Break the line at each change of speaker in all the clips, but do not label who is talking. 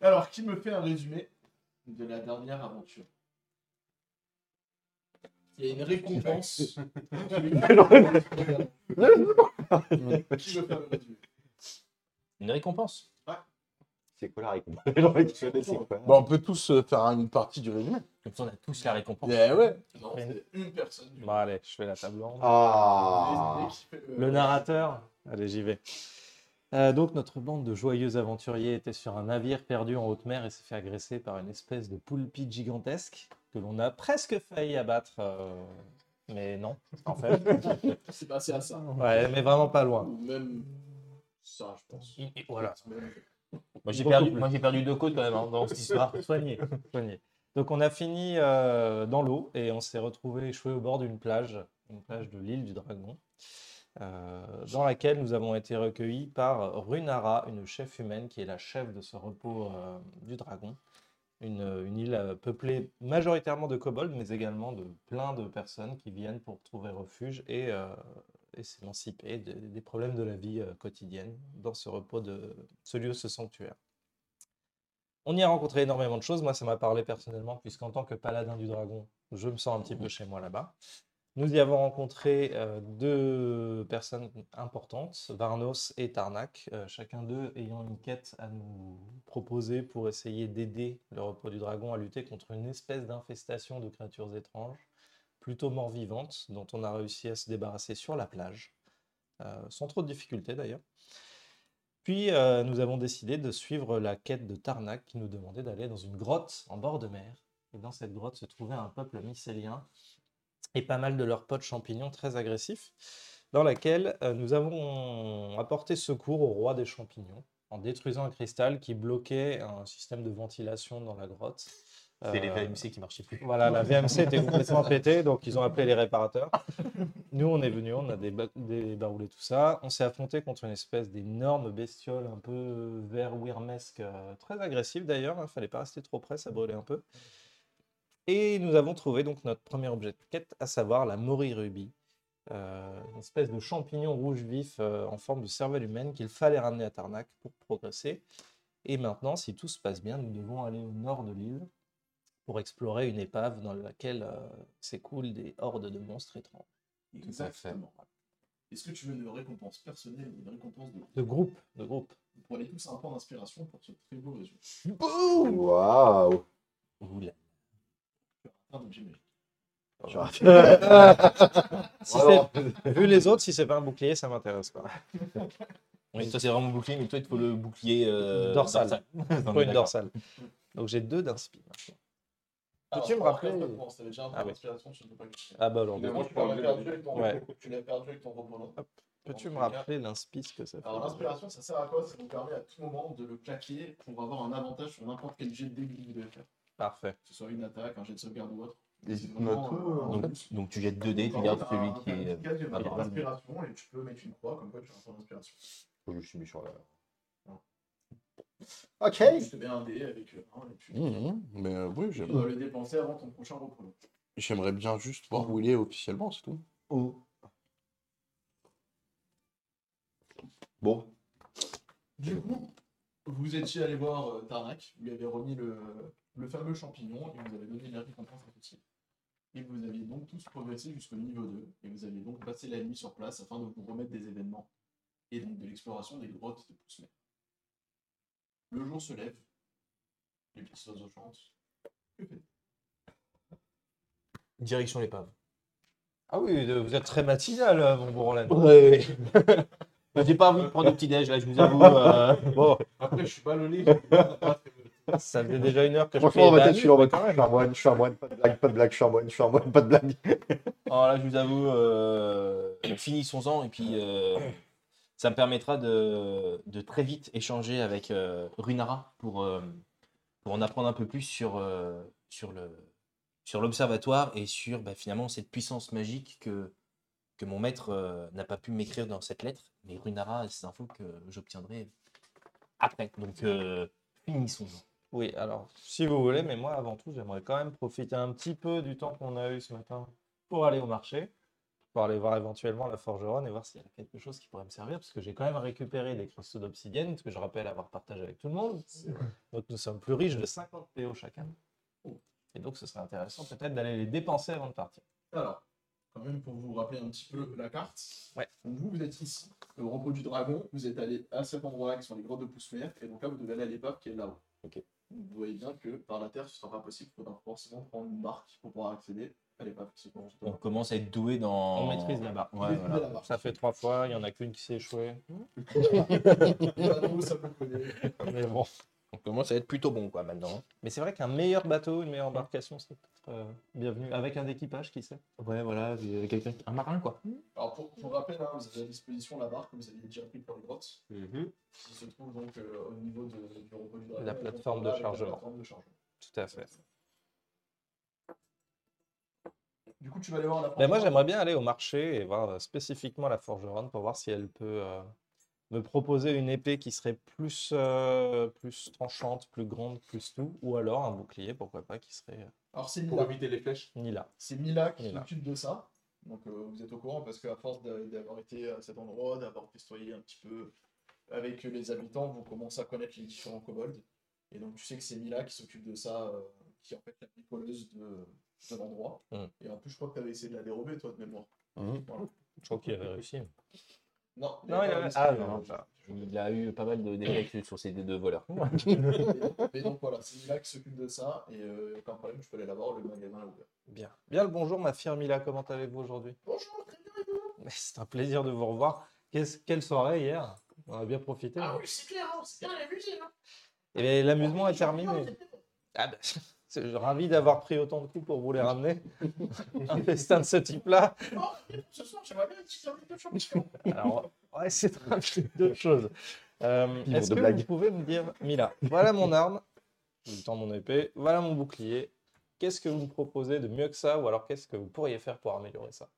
Alors, qui me fait un résumé de la dernière aventure Il y a une récompense. qui me fait un résumé
Une récompense.
C'est quoi la récompense
Ça dépend.
Bon, on peut tous euh, faire une partie du résumé.
Comme ça, on a tous la récompense.
Eh ouais.
Non, c'est une personne. du
Bon,
Bah,
allez, je fais la table ronde.
Ah
qui fait euh,
Le narrateur Allez, j'y vais. Euh, donc, notre bande de joyeux aventuriers était sur un navire perdu en haute mer et s'est fait agresser par une espèce de poulpe gigantesque que l'on a presque failli abattre. euh, Mais non, en fait.
C'est passé à ça. hein.
Ouais, mais vraiment pas loin.
Ou même ça, je pense.
Et- et voilà.
Même-
Moi, j'ai
Beaucoup
perdu,
plus.
moi, j'ai perdu deux côtes quand même hein, dans cette histoire.
Soigné, soigné. Donc on a fini euh, dans l'eau et on s'est retrouvé échoué au bord d'une plage, une plage de l'île du Dragon, euh, dans laquelle nous avons été recueillis par Runara, une chef humaine qui est la chef de ce repos euh, du Dragon. Une, une île euh, peuplée majoritairement de kobolds, mais également de plein de personnes qui viennent pour trouver refuge et, euh, et s'émanciper des, des problèmes de la vie euh, quotidienne dans ce repos de ce lieu, ce sanctuaire. On y a rencontré énormément de choses. Moi, ça m'a parlé personnellement, puisqu'en tant que paladin du dragon, je me sens un petit peu chez moi là-bas. Nous y avons rencontré euh, deux personnes importantes, Varnos et Tarnac, euh, chacun d'eux ayant une quête à nous proposer pour essayer d'aider le repos du dragon à lutter contre une espèce d'infestation de créatures étranges, plutôt mort-vivantes, dont on a réussi à se débarrasser sur la plage, euh, sans trop de difficultés d'ailleurs. Puis euh, nous avons décidé de suivre la quête de Tarnac qui nous demandait d'aller dans une grotte en bord de mer. Et dans cette grotte se trouvait un peuple mycélien et pas mal de leurs potes champignons très agressifs, dans laquelle euh, nous avons apporté secours au roi des champignons en détruisant un cristal qui bloquait un système de ventilation dans la grotte.
C'est les
Euh,
VMC qui marchaient plus.
voilà, la VMC était complètement pétée, donc ils ont appelé les réparateurs. Nous, on est venus, on a déba- débaroulé tout ça. On s'est affronté contre une espèce d'énorme bestiole un peu vert wirmesque, euh, très agressive d'ailleurs. Il fallait pas rester trop près, ça brûlait un peu. Et nous avons trouvé donc notre premier objet de quête, à savoir la Mori Ruby, euh, une espèce de champignon rouge vif euh, en forme de cervelle humaine qu'il fallait ramener à Tarnac pour progresser. Et maintenant, si tout se passe bien, nous devons aller au nord de l'île pour explorer une épave dans laquelle euh, s'écoulent des hordes de monstres étranges.
Exactement. Est-ce que tu veux une récompense personnelle ou une récompense de
De groupe, de groupe.
Pour aller tous un point d'inspiration pour ce très beau résumé.
Waouh
Oula.
Ah, donc j'imagine.
Si c'est- Vu les autres, si c'est pas un bouclier, ça m'intéresse pas.
Oui, toi, c'est vraiment bouclier, mais toi, il te faut le bouclier euh,
Dorsal.
dorsal.
Pour une dorsale. Donc j'ai deux d'inspi. maintenant.
Alors,
Peux-tu me
je prends
rappeler-
un point, ça veut déjà un point
Ah oui.
d'inspiration, je ne peux pas que tu-
Ah bah alors.
Mais moi,
donc,
tu l'as perdu avec ton
Ouais.
tu l'as perdu avec ton rebondant.
Peux-tu me rappeler l'inspi ce que ça fait
Alors l'inspiration, ça sert à quoi Ça vous permet à tout moment de le claquer pour avoir un avantage sur n'importe quel jet de dé que vous devez faire.
Parfait.
Que ce soit une attaque, un jet de sauvegarde ou autre.
Et
C'est
on a
vraiment,
tout,
euh,
hein.
euh,
Donc, donc, tu jettes 2 dés, tu
Par
gardes
contre,
celui
t'as
qui
un-
est.
t'as une case de
pas grave.
Inspiration, et tu peux mettre une croix, comme quoi tu as un point d'inspiration.
Je suis mis sur la.
Ok. Je te mets un dé avec euh, un, et puis
Mhm. Mais euh, oui,
Mmh.
tu
j'aime-
dois le dépenser avant ton prochain repreneur.
j'aimerais bien juste voir où il est officiellement, c'est tout.
Bon.
Du coup, vous étiez allé voir euh, Tarnac, vous lui avez remis le, le fameux champignon et vous avez donné la récompense à petit. Et vous aviez donc tous progressé jusqu'au niveau 2, et vous aviez donc passé la nuit sur place afin de vous remettre des événements, et donc de l'exploration des grottes de Poussemer. Le jour se lève, les petits oiseaux chantent.
Direction l'épave.
Ah oui, de- vous êtes très matinal, euh, mon bourrelet.
J'ai pas envie de prendre de petit-déj, là, je vous avoue. euh,
Bon,
Après, je suis ballonné, j'ai pas fait le-
ça faisait déjà une heure que je
Franchement, on
fais
va
la
je suis en mode. Je suis un moine, je suis un moine, pas de blague, pas de blague, je suis un moine, je suis un moine, pas de blague.
Alors Oh, là, je vous avoue, euh, finissons-en et puis euh, ça me permettra de, de très vite échanger avec euh, Runara pour, euh, pour en apprendre un peu plus sur, euh, sur le sur l'observatoire et sur bah, finalement cette puissance magique que, que mon maître euh, n'a pas pu m'écrire dans cette lettre. Mais Runara, c'est des infos que j'obtiendrai après. Donc euh, finissons-en.
Oui, alors, si vous voulez, mais moi, avant tout, j'aimerais quand même profiter un petit peu du temps qu'on a eu ce matin pour aller au marché, pour aller voir éventuellement la forgeronne et voir s'il y a quelque chose qui pourrait me servir, parce que j'ai quand même récupéré des cristaux d'obsidienne, que je rappelle avoir partagé avec tout le monde. Donc nous sommes plus riches de 50 PO chacun. Et donc ce serait intéressant peut-être d'aller les dépenser avant de partir.
Alors, quand même pour vous rappeler un petit peu la carte.
Ouais.
Donc vous, vous êtes ici, au repos du dragon, vous êtes allé à cet endroit qui sont les grottes de Poussefère, et donc là vous devez aller à l'épave qui est là-haut.
Ok.
Vous voyez bien que par la terre ce sera pas possible, il faudra forcément prendre une barque pour pouvoir accéder à l'épave qui se trouve juste
On
là.
commence à être doué dans.
On maîtrise la barre.
Oh. Ouais, voilà.
la barque.
Ça fait trois fois, il n'y en a qu'une qui s'est échouée.
Voilà, nous, ça vous connaît.
Mais bon.
On commence à être plutôt bon, quoi, maintenant. hein.
Mais c'est vrai qu'un meilleur bateau, une meilleure embarcation, c'est peut-être euh, bienvenu. Avec un équipage, qui sait
Ouais, voilà, quelqu'un. Un marin, quoi.
Alors pour, pour rappel, hein, vous avez à disposition la barque que vous aviez déjà pris pour les grottes, qui se trouve donc euh, au niveau de- du repos du dragon.
Mhm. La plateforme de
Avec la
chargement.
plateforme de chargement.
Tout à fait.
Du coup, tu vas aller voir la
Mais Ben, moi,
forgeronne.
j'aimerais bien aller au marché et voir euh, spécifiquement la forgeronne pour voir si elle peut euh, me proposer une épée qui serait plus, euh, plus tranchante, plus grande, plus tout, ou alors un bouclier, pourquoi pas, qui serait euh,
Alors c'est
Pour
Mila.
éviter les flèches.
ni là.
C'est Mila qui
Mila.
s'occupe de ça. Donc euh, vous êtes au courant parce qu'à force d'a- d'avoir été à cet endroit, d'avoir festoyé un petit peu avec les habitants, vous commencez à connaître les différents kobolds. Et donc tu sais que c'est Mila qui s'occupe de ça, euh, qui est en fait la bricoleuse de, de l'endroit.
Mm.
Et en plus, je crois que tu avais essayé de la dérober, toi, de mémoire.
Je crois qu'il avait réussi.
Non,
Non, il
pas
avait...
réussi,
Ah
euh,
non,
Il a eu pas mal de dégâts sur ces deux voleurs.
mais- Mais donc voilà, c'est Mila qui s'occupe de ça. Et euh, aucun problème, je peux aller la voir, le magasin est ouvert.
Bien. Bien le bonjour, ma fière Mila, comment allez-vous aujourd'hui
Bonjour, très bien.
Mais C'est un plaisir de vous revoir. Qu'est-ce- Quelle soirée hier On a bien profité. hein.
Ah oui, c'est clair, hein, c'est bien l'amusé. Hein.
Eh bien, l'amusement est
Bonjour,
terminé.
bien.
Ah ben, je suis ravi d'avoir pris autant de coups pour vous les ramener. Un festin de ce type-là.
Oh, ce soir, j'aimerais bien utiliser un petit peu de champignons.
Alors, ouais, c'est un petit peu d'autres choses. Euh,
Pivot
Est-ce
de
que
blague.
vous pouvez me dire, Mila, voilà mon arme, je tends mon épée, voilà mon bouclier. Qu'est-ce que vous me proposez de mieux que ça Ou alors, qu'est-ce que vous pourriez faire pour améliorer ça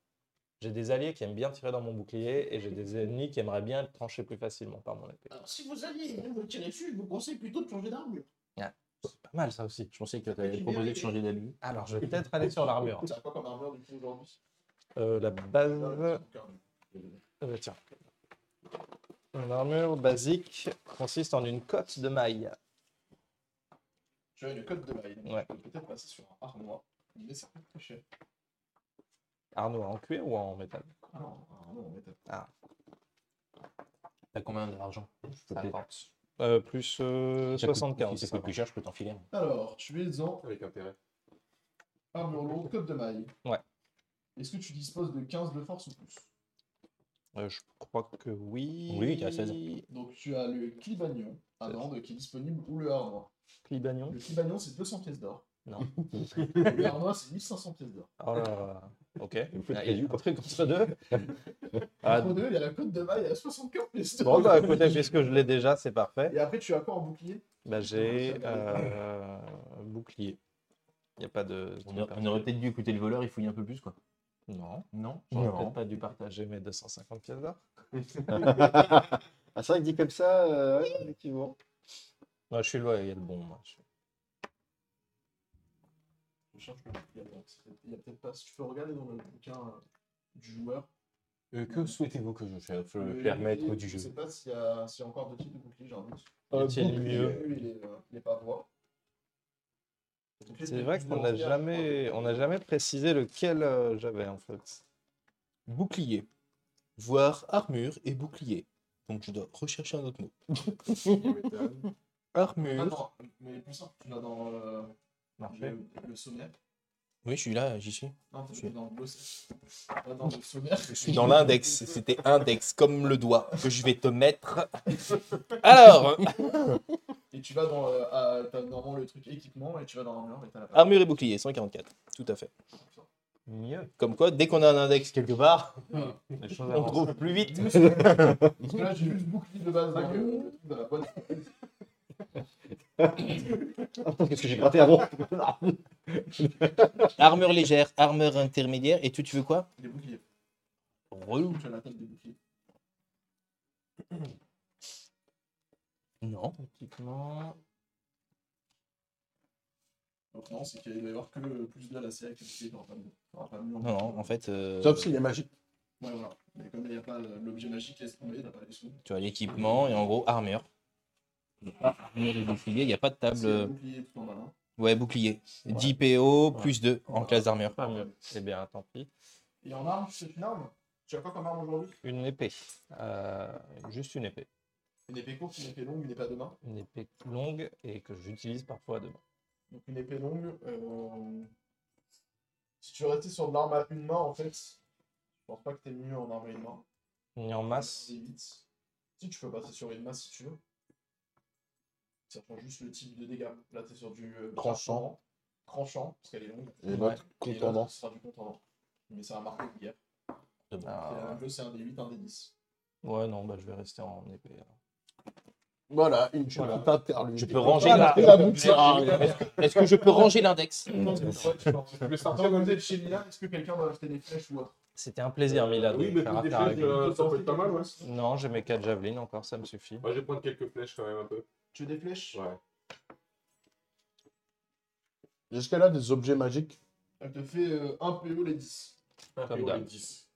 J'ai des alliés qui aiment bien tirer dans mon bouclier et j'ai des ennemis qui aimeraient bien être tranchés plus facilement par mon épée.
Alors, si vous alliez vous tirer dessus, je vous conseille plutôt de changer d'armure.
C'est pas mal ça aussi.
Je pensais que tu avais proposé de changer d'habit.
Alors, je vais peut-être aller sur l'armure.
T'as quoi comme armure du coup aujourd'hui
Euh, la base. Euh, tiens. Une armure basique consiste en une cotte de maille.
J'avais le code de maille. donc
Ouais.
Je peux peut-être passer sur un armoire. Mais ça coûte très cher.
Arnaud, en cuir ou en métal
Ah non, ah non, mais t'as-
T'as combien d'argent
Euh, Plus euh, 75.
Si ça coûte plus cher, je peux t'enfiler.
Alors, tu es en
Avec intérêt.
armure lourde, code de maille.
Ouais.
Est-ce que tu disposes de 15 de force ou plus
Euh, je crois que oui.
Oui, t'as 16.
Donc, tu as le clibagnon à Nantes qui est disponible ou le harnois.
Clibagnon.
Le clibagnon, c'est 200 pièces d'or.
Non.
le harnois, c'est 1500 pièces d'or.
Oh là là. Ok.
me faut
Ah,
des
Il y a un truc entre deux. Ah,
Entre deux, il y a la côte de maille à 75 pièces d'or.
bon, bah écoutez, puisque je l'ai déjà, c'est parfait.
Et après, tu as quoi en bouclier
Bah, j'ai euh, bouclier. Il n'y a pas de.
On, a- on aurait peut-être dû écouter le voleur, il fouille un peu plus, quoi.
Non.
Non
J'aurais peut-être pas dû partager Ah, mes 250 pièces d'or.
Ah, c'est vrai que dit comme ça, euh, ouais, effectivement.
Ouais, je suis loin, il y a le bon. moi, je-
Je cherche le bouclier. attends, c'est peut-être- Il y a peut-être pas. Si tu peux regarder dans le bouquin euh, du joueur.
Euh,
que souhaitez-vous que je cherche
le
faire maître
bouclier,
du
Je
jeu
sais pas s'il y, a- s'il y a encore de types de bouclier, j'ai un doute.
Y a-t-il mieux
Lui, il est, euh, il est pas roi. Donc, les
C'est vrai
plus
qu'on n'a
avancés, à-
jamais, on n'a jamais précisé lequel euh, j'avais en fait.
Bouclier. Voir armure et bouclier. Donc je dois rechercher un autre mot. Armure.
Attends, Ah mais plus simple, tu l'as dans euh, le, le sommaire.
Oui, je suis là, j'y suis.
Non, tu l'as dans l'ossaire. Pas dans le sommaire.
Je suis dans l'index. C'était index, comme le doigt, que je vais te mettre. Alors,
Et tu vas dans. euh, à- T'as normalement le truc équipement et tu vas dans l'armure et t'as la
armure et bouclier, 144. Tout à fait.
Mieux.
Comme quoi, dès qu'on a un index quelque part,
Les choses
on trouve plus vite.
Parce que là, j'ai juste bouclier de base, donc euh, le truc de la boîte.
Ah, putain, qu'est-ce que j'ai gratté avant
Armure légère, armure intermédiaire, et toi tu veux quoi
Des boucliers.
Relou.
Tu as la table des boucliers.
Non.
Typiquement,
Donc non, c'est qu'il doit y avoir que plus de la série que le bouclier dans la table.
Non, non, en fait. euh,
Sauf s'il est magique.
Ouais, voilà. Mais comme il n'y a pas euh, l'objet magique, laisse tomber, t'as pas les sous.
Tu as l'équipement et en gros armure. Il n'y a pas d'armure de Ah, bouclier, il n'y a pas de
C'est un
table. euh,
bouclier tout en bas, hein.
Ouais, bouclier. 10 PO plus 2 en
Ouais.
classe d'armure.
Pas mieux. Eh bien, tant pis.
Et en arme, c'est une arme Tu as quoi comme arme aujourd'hui
Une épée. Euh, juste une épée.
Une épée courte, une épée longue, une épée à deux mains.
Une épée longue et que j'utilise parfois à deux mains.
Donc une épée longue. euh, Si tu restais sur de l'arme à une main, en fait, je pense pas que t'es mieux en arme à une main.
Ni en masse.
C'est vite. Si tu peux passer sur une masse si tu veux. Ça prend juste le type de dégâts. Là, t'es sur du euh,
Tranchant.
Tranchant, parce qu'elle est longue.
Et l'autre,
Et là,
contendant.
ce sera du contendant. Mais c'est un marqué de guerre. C'est la
Ah,
même chose, c'est un des 8, un des 10.
ouais, non, bah, je vais rester en épée. alors.
Voilà, une petite
Voilà.
interlude.
Je peux ranger
Voilà,
l'index.
la boucle sert à rien.
Est-ce que, est-ce que je peux ranger l'index
Le sortir comme vous êtes chez Milan, est-ce que quelqu'un doit acheter des flèches ou autre
C'était un plaisir, Mila. de
Ah Oui, mais
faire
pour des
affaire avec
flèches,
vous.
euh, ça peut être pas mal, ouais.
Non, j'ai mes 4 javelines encore, ça me suffit.
Moi, je vais prendre quelques flèches quand même un peu.
Tu veux des flèches
Ouais.
Jusqu'à là, des objets magiques.
Elle te fait euh, un PO les 10.
Comme
Et on
d'hab.
est 10.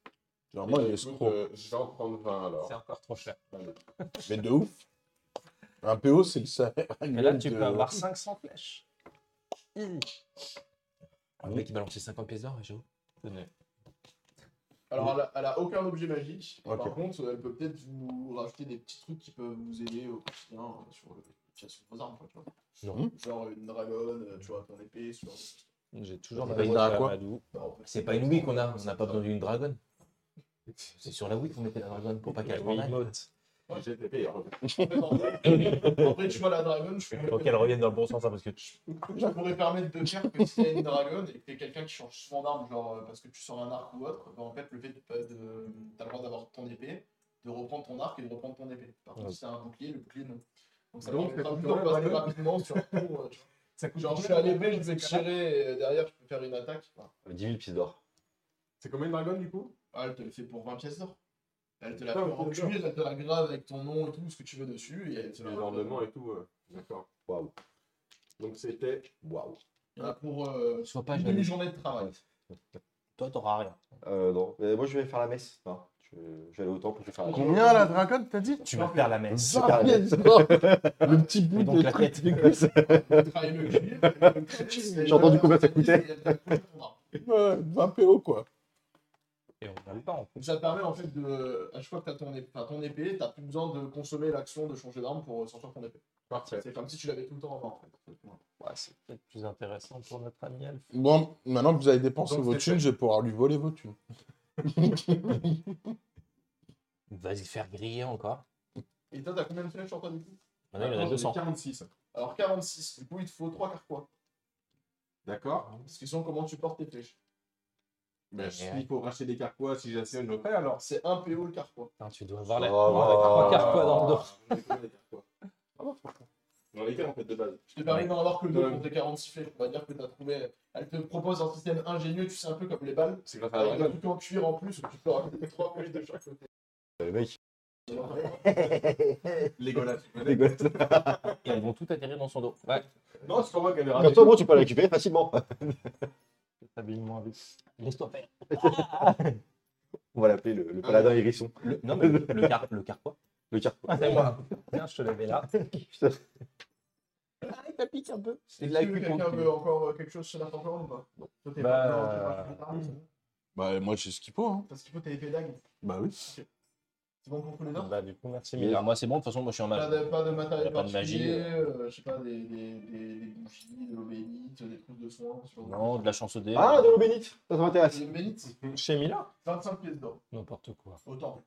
Genre, moi,
Et
j'ai
écoute,
escroc.
euh, je vais en prendre 20 alors.
C'est encore trop cher.
Mais de ouf. Un PO, c'est le salaire.
Mais là, tu peux avoir 500 flèches.
Le mec, il balançait 50 pièces d'or, j'avoue.
Alors, elle a, elle a aucun objet magique.
Ok.
Par contre, elle peut peut-être vous rajouter des petits trucs qui peuvent vous aider au quotidien euh, sur le sur vos armes. Quoi, tu vois.
Mhm.
Genre une dragonne, euh, tu vois, ton épée, sur.
J'ai toujours
Bah,
ma
il
boîte
dira
à
quoi
Amadou.
Bah, en fait,
C'est pas une Wii qu'on a, on n'a pas besoin d'une dragonne. C'est sur la Wii qu'on mettait la dragonne pour pas qu'elle
Oui,
revienne.
motte.
J'ai été payé. hein.
Après, tu vois la dragonne, je pourrais,
Pour qu'elle revienne dans le bon sens, hein, parce que
je pourrais permettre de faire que si t'as une dragonne et que t'es quelqu'un qui change souvent d'arme, genre euh, parce que tu sors un arc ou autre, bah, en fait, le fait de. pas- de- T'as le droit d'avoir ton épée, de reprendre ton arc et de reprendre ton épée. Par contre,
Ouais.
si t'as un bouclier, le bouclier non. Donc, ça
Bah, Donc,
permettra
c'est
plutôt
toujours
de
la
passer
dragonne.
rapidement sur le pont, euh, tu vois. Genre, je suis à l'épée, je vais tirer, et derrière, je peux faire une attaque. Enfin,
10 000 pièces d'or.
C'est combien une dragonne du coup
Ah, elle te le fait pour 20 pièces d'or. Elle te la fait
Putain,
en
d'accord.
cuir, elle te la grave avec ton nom et tout, ce que tu veux dessus. Et elle te
Les
la
ornements et tout. euh, D'accord.
Waouh.
Donc c'était.
Waouh.
Il y en a pour euh,
sois pas
une
jaloux.
demi-journée de travail.
Toi, t'auras rien.
Euh, non. Mais moi, je vais faire la messe. Enfin, je, je vais aller au temple, je vais faire la messe.
Combien la dragonne, t'as dit
Tu vas faire la messe.
20 pièces d'or Le petit bout
Et donc
de
la
truc.
tête.
Travailler le cuir, le cuir.
J'ai entendu combien ça coûtait.
Ouais, 20 PO, quoi.
Et on n'a pas en
Donc ça te permet en fait de. À chaque fois que t'as ton épée, t'as ton épée, t'as plus besoin de consommer l'action de changer d'arme pour euh, sortir ton épée.
Parfait.
C'est comme si tu l'avais tout le temps en main en fait.
Ouais, c'est peut-être plus intéressant pour notre ami Elf.
Bon, maintenant que vous avez dépensé
Donc,
vos
c'est
thunes, je vais pouvoir lui voler vos thunes.
Vas-y, faire griller encore.
Et toi, t'as combien de flèches sur toi du coup Ah,
Maintenant, il y en a
Attends,
200.
46.
Alors 46, du coup il te faut 3 carquois.
D'accord.
Parce que sinon, comment tu portes tes flèches Ben,
Mais
Ouais.
s'il faut racheter des carquois, si j'assène, je fais alors.
C'est 1 PO le carquois.
Putain, tu dois voir la.
Oh.
trois carquois dans le dos.
Ah, j'ai pas les carquois. J'en ai quatre en fait de base.
Je te permets d'en avoir que
Euh.
2
Ouais.
contre tes 46 flèches. On va dire que t'as trouvé. Elle te propose un système ingénieux, tu sais, un peu comme les balles.
C'est grâce à la
Avec un
dragonne.
truc en cuir en plus où tu peux rajouter 3 flèches de chaque côté.
Le mec,
Les golas.
il dégoûte.
Et elles vont toutes atterrir dans son dos.
Non, c'est pour moi qu'elle verra.
Comme toi, bon, tu peux la récupérer facilement.
T'habilles moins vite.
Laisse-toi faire.
On va l'appeler le, le paladin hérisson.
Ah, Le- non, mais le, le car, le carquois.
Le carrefour.
C'est moi. Tiens, je te l'avais là.
Et
de la
si
cuir
quelqu'un
en cuir.
veut encore euh, quelque chose sur la encore ou pas Non. Toi, t'es pas
Bah,
dedans, t'es pas sur les
euh,
armes, c'est bon
Bah, moi, j'ai ce qu'il faut, hein.
Parce qu'il faut t'es épée dague.
Bah oui.
C'est bon pour tous les autres
Bah, du coup, merci
Mais
Mila.
moi, c'est bon, de toute façon, moi, je suis en
pas
mage.
de, pas de matériel
Y a pas de magie,
particulier, euh, je sais pas, des, des, des, des bougies, de l'eau bénite, des trucs de soins. sur-
Non, de la chance au dé.
Ah, de l'eau bénite. Ça, ça m'intéresse.
L'eau bénite,
Chez Mila
25 pièces d'or,
N'importe quoi.
au temple.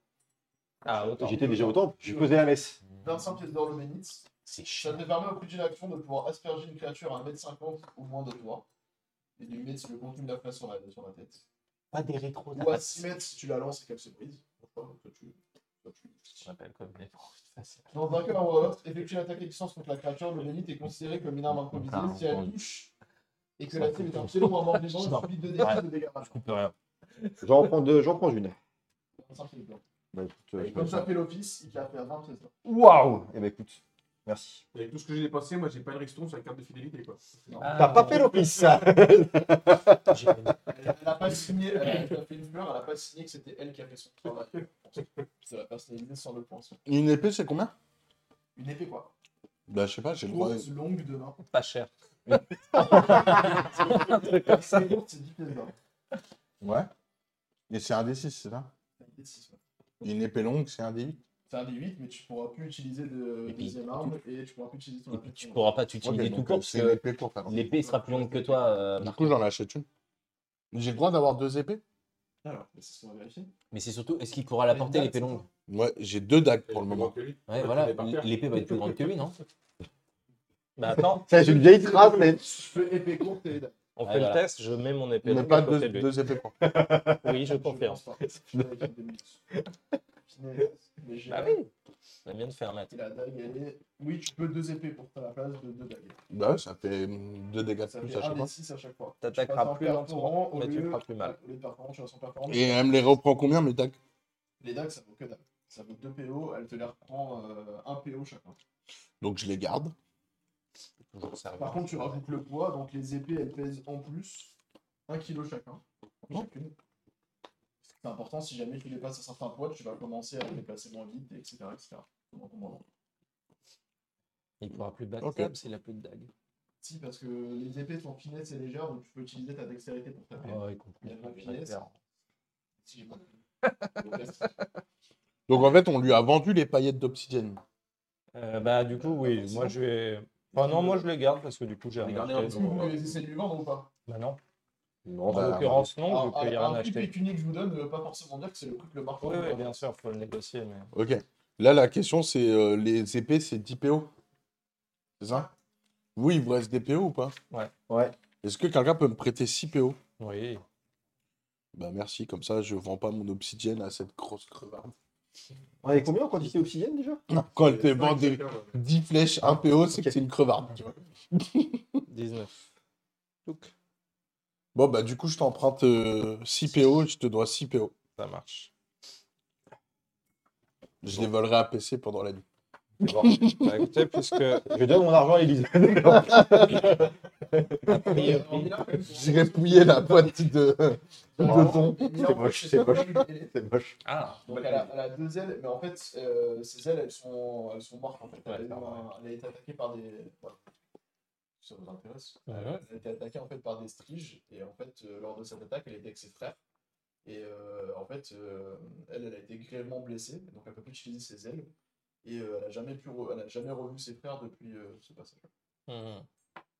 Ah, autant.
J'étais déjà au temple. Je faisais la messe.
25 pièces d'or l'eau bénite.
C'est
Ça
chiant.
te permet au coup d'une action de pouvoir asperger une créature à 1m50 ou moins de toi. Et de lui mettre le contenu de la place sur la, sur la tête.
Pas des rétros.
Ou à 6 mètres si tu la lances et qu'elle se brise. Enfin, toi, tu- toi, tu-
m'appelle comme les français.
Dans un cas ou un autre, effectuer une attaque à distance contre la créature, le bénite est considéré comme une arme improvisée
Ah,
si elle
entendu.
touche et que la cible est un pied long à mort vivant, il subit 2 dégâts de dégâts.
Je coupe rien.
J'en prends deux, j'en prends une.
majeurs.
Bah, écoute, euh,
Et
je peux-
comme ça fait l'office, il te l'a fait à 20 pièces. d'or.
Waouh Eh ben écoute, Merci.
Avec tout ce que j'ai dépensé, moi j'ai pas une ristourne sur la carte de fidélité quoi.
Ah,
T'as pas fait l'opis, ça
Elle n'a pas signé, elle a elle a fait une fleur, elle n'a pas signé que c'était elle qui a fait son travail. Ça va personnaliser sans le penser.
Une épée, c'est combien
Une épée quoi
Bah, je sais pas, j'ai le droit.
Courte, longue de 20.
Pas cher.
C'est courte, c'est 10 pièces d'or.
Ouais. Et c'est un D6, c'est ça
C'est un D6, ouais.
Une épée longue, c'est un D8.
C'est un D8, mais tu pourras plus utiliser de
Et puis-
deuxième arme et tu pourras plus utiliser ton
Et
épée.
puis, tu pourras pas t'utiliser
Ok,
tout
donc,
court
euh,
parce
c'est une
que
épée courte. alors.
l'épée sera plus longue que toi. euh,
Du
Marc.
coup, j'en achète une. J'ai le droit d'avoir deux épées
Alors, c'est ce qu'on va vérifier.
Mais c'est surtout, est-ce qu'il pourra la porter l'épée longue
Ouais, j'ai deux dagues pour le moment.
Ouais, voilà, l'épée va être plus grande que lui, non
Bah attends,
Ça, j'ai une vieille trappe, mais.
Je fais épée courte et.
on
Ouais,
fait
voilà.
le test, je mets mon épée.
Mais
longue
pas
à côté
deux,
de lui.
deux épées courtes.
Oui, je confirme.
pense pas. Je vais avec une demi-minute. Mais j'ai-
Bah oui, ça vient de faire un mètre.
Et la dague, elle est. Oui, tu peux deux épées pour faire la place de deux dagues.
Bah ouais, ça fait hum, deux dégâts de
Ça
plus
fait
à
un
chaque
des
fois.
six à chaque fois.
T'attaqueras
Tu passes en
plus
perforant
lentement,
au
mais tu
lieu-
feras plus mal.
Au lieu de perforant, tu vas sans perforant.
Et elle me les reprend combien, mes dagues
Les dagues, ça vaut que dalle. Ça vaut 2 PO, elle te les reprend euh, 1 PO chacun.
Donc, je les garde.
Par contre, tu rajoutes le poids, donc les épées, elles pèsent en plus 1 kg chacun. Chacune. C'est important, si jamais tu dépasses un certain poids, tu vas commencer à les déplacer moins vite, etc. etc. Comment- comment-
Il pourra plus battre
Ok.
Seb s'il a plus de dague.
Si, parce que les épées, ton finesse est légère, donc tu peux utiliser ta dextérité pour taper.
Ouais, il
Il y a de la
comprend.
finesse. Si j'ai pas
Donc, en fait, on lui a vendu les paillettes d'obsidienne.
Euh, bah du coup, oui, moi je vais... Enfin non, moi je le garde parce que du coup j'ai rien
Regardez
acheté.
un
Est-ce que vous voulez essayer de lui vendre ou pas
Bah non.
Non,
En l'occurrence, non, vu
Alors,
qu'il n'y
un
a rien
prix
acheté.
pécunier que je vous donne ne veut pas forcément dire que c'est le prix que le marchand
Oui,
vous
oui,
donne.
bien sûr, faut le négocier, mais...
Ok. Là, la question, c'est euh, les épées, c'est 10 PO. C'est ça Vous, il vous reste des PO ou pas
Ouais.
Ouais.
Est-ce que quelqu'un peut me prêter 6 PO
Oui.
Bah, merci. Comme ça, je vends pas mon obsidienne à cette grosse crevarde.
On avait combien en quantité obsidienne déjà
Quand elle te vend des 10 flèches, 1 PO, c'est que c'est une crevarde. tu vois.
19. Donc,
Bon, bah, du coup, je t'emprunte euh, 6 PO, je te dois 6 PO.
ça marche.
Je les volerai à PC pendant la nuit.
Bah écoutez, puisque...
Je donne mon argent à Elise.
euh,
J'irai pouiller la boîte de, de bon.
C'est
moche, c'est moche. C'est moche.
Ah
Donc
bah,
elle a, elle a deux ailes, mais en fait, euh, ses ailes, elles sont, elles sont mortes. En fait. Elle, a eu
Ouais,
un- elle a été attaquée par des... voilà. Ça vous intéresse Elle a été attaquée en fait par des striges, et en fait, euh, lors de cette attaque, elle était avec ses frères. Et euh, en fait, euh, elle, elle a été grièvement blessée, donc elle peut plus utiliser ses ailes. Et euh, elle a jamais pu, re- elle a jamais revu ses frères depuis euh, ce passage.
Mmh.
Hmm.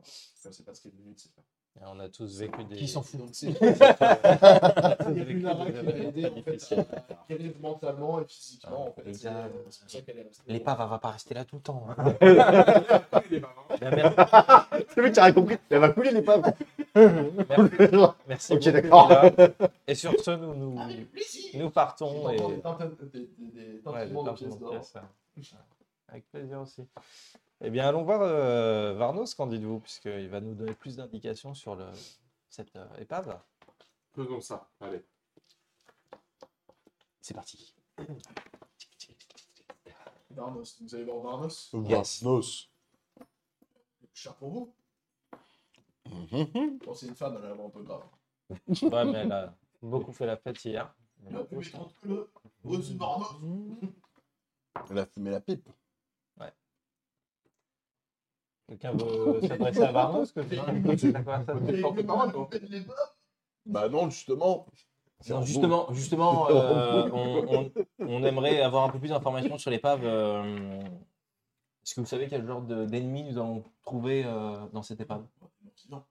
Je sais pas ce qui est devenu de ses frères.
Et On a tous vécu des...
Qui s'en fout
Donc c'est Il y a
Vécu
plus Lara
des
qui l'a
événements
aidé en fait
difficiles.
à guérir mentalement et physiquement en fait.
les
Et,
gars,
euh, C'est pour ça qu'elle est restée.
L'épave, elle va pas rester là tout le temps. hein.
Bah, mer-
C'est lui qui a rien compris. Elle va couler l'épave.
mer- Merci
Ok,
beaucoup,
d'accord.
Nicolas. Et sur ce, nous, nous,
Avec plaisir.
nous
J'ai
partons et...
entendu des tintin- des- des- des
Ouais,
tintements
des
de
tartes
pièces
aux
d'or.
pièces, ouais. Avec plaisir aussi. Eh bien, allons voir euh, Varnos, qu'en dites-vous, puisqu'il va nous donner plus d'indications sur le, cette euh, épave.
Faisons ça. Allez.
C'est parti.
Barnos, vous allez voir Barnos.
Varnos.
Cher pour vous.
Mhm.
Bon, c'est une femme, elle a la voix un peu grave.
Ouais, mais elle a beaucoup fait la fête hier.
Il a fumé 30 kilos. Aux yeux de Barnos.
Elle a fumé la pipe.
Quelqu'un veut s'adresser Euh, à Varnos que tu vois, c'est la conversation.
Et
porte
le
parole,
hein.
mari fait de l'épave.
Bah non, justement.
Non, justement, justement euh, on, on- on aimerait avoir un peu plus d'informations sur l'épave. euh, Est-ce que vous savez quel genre de- d'ennemis nous allons trouver euh, dans cette épave
Non,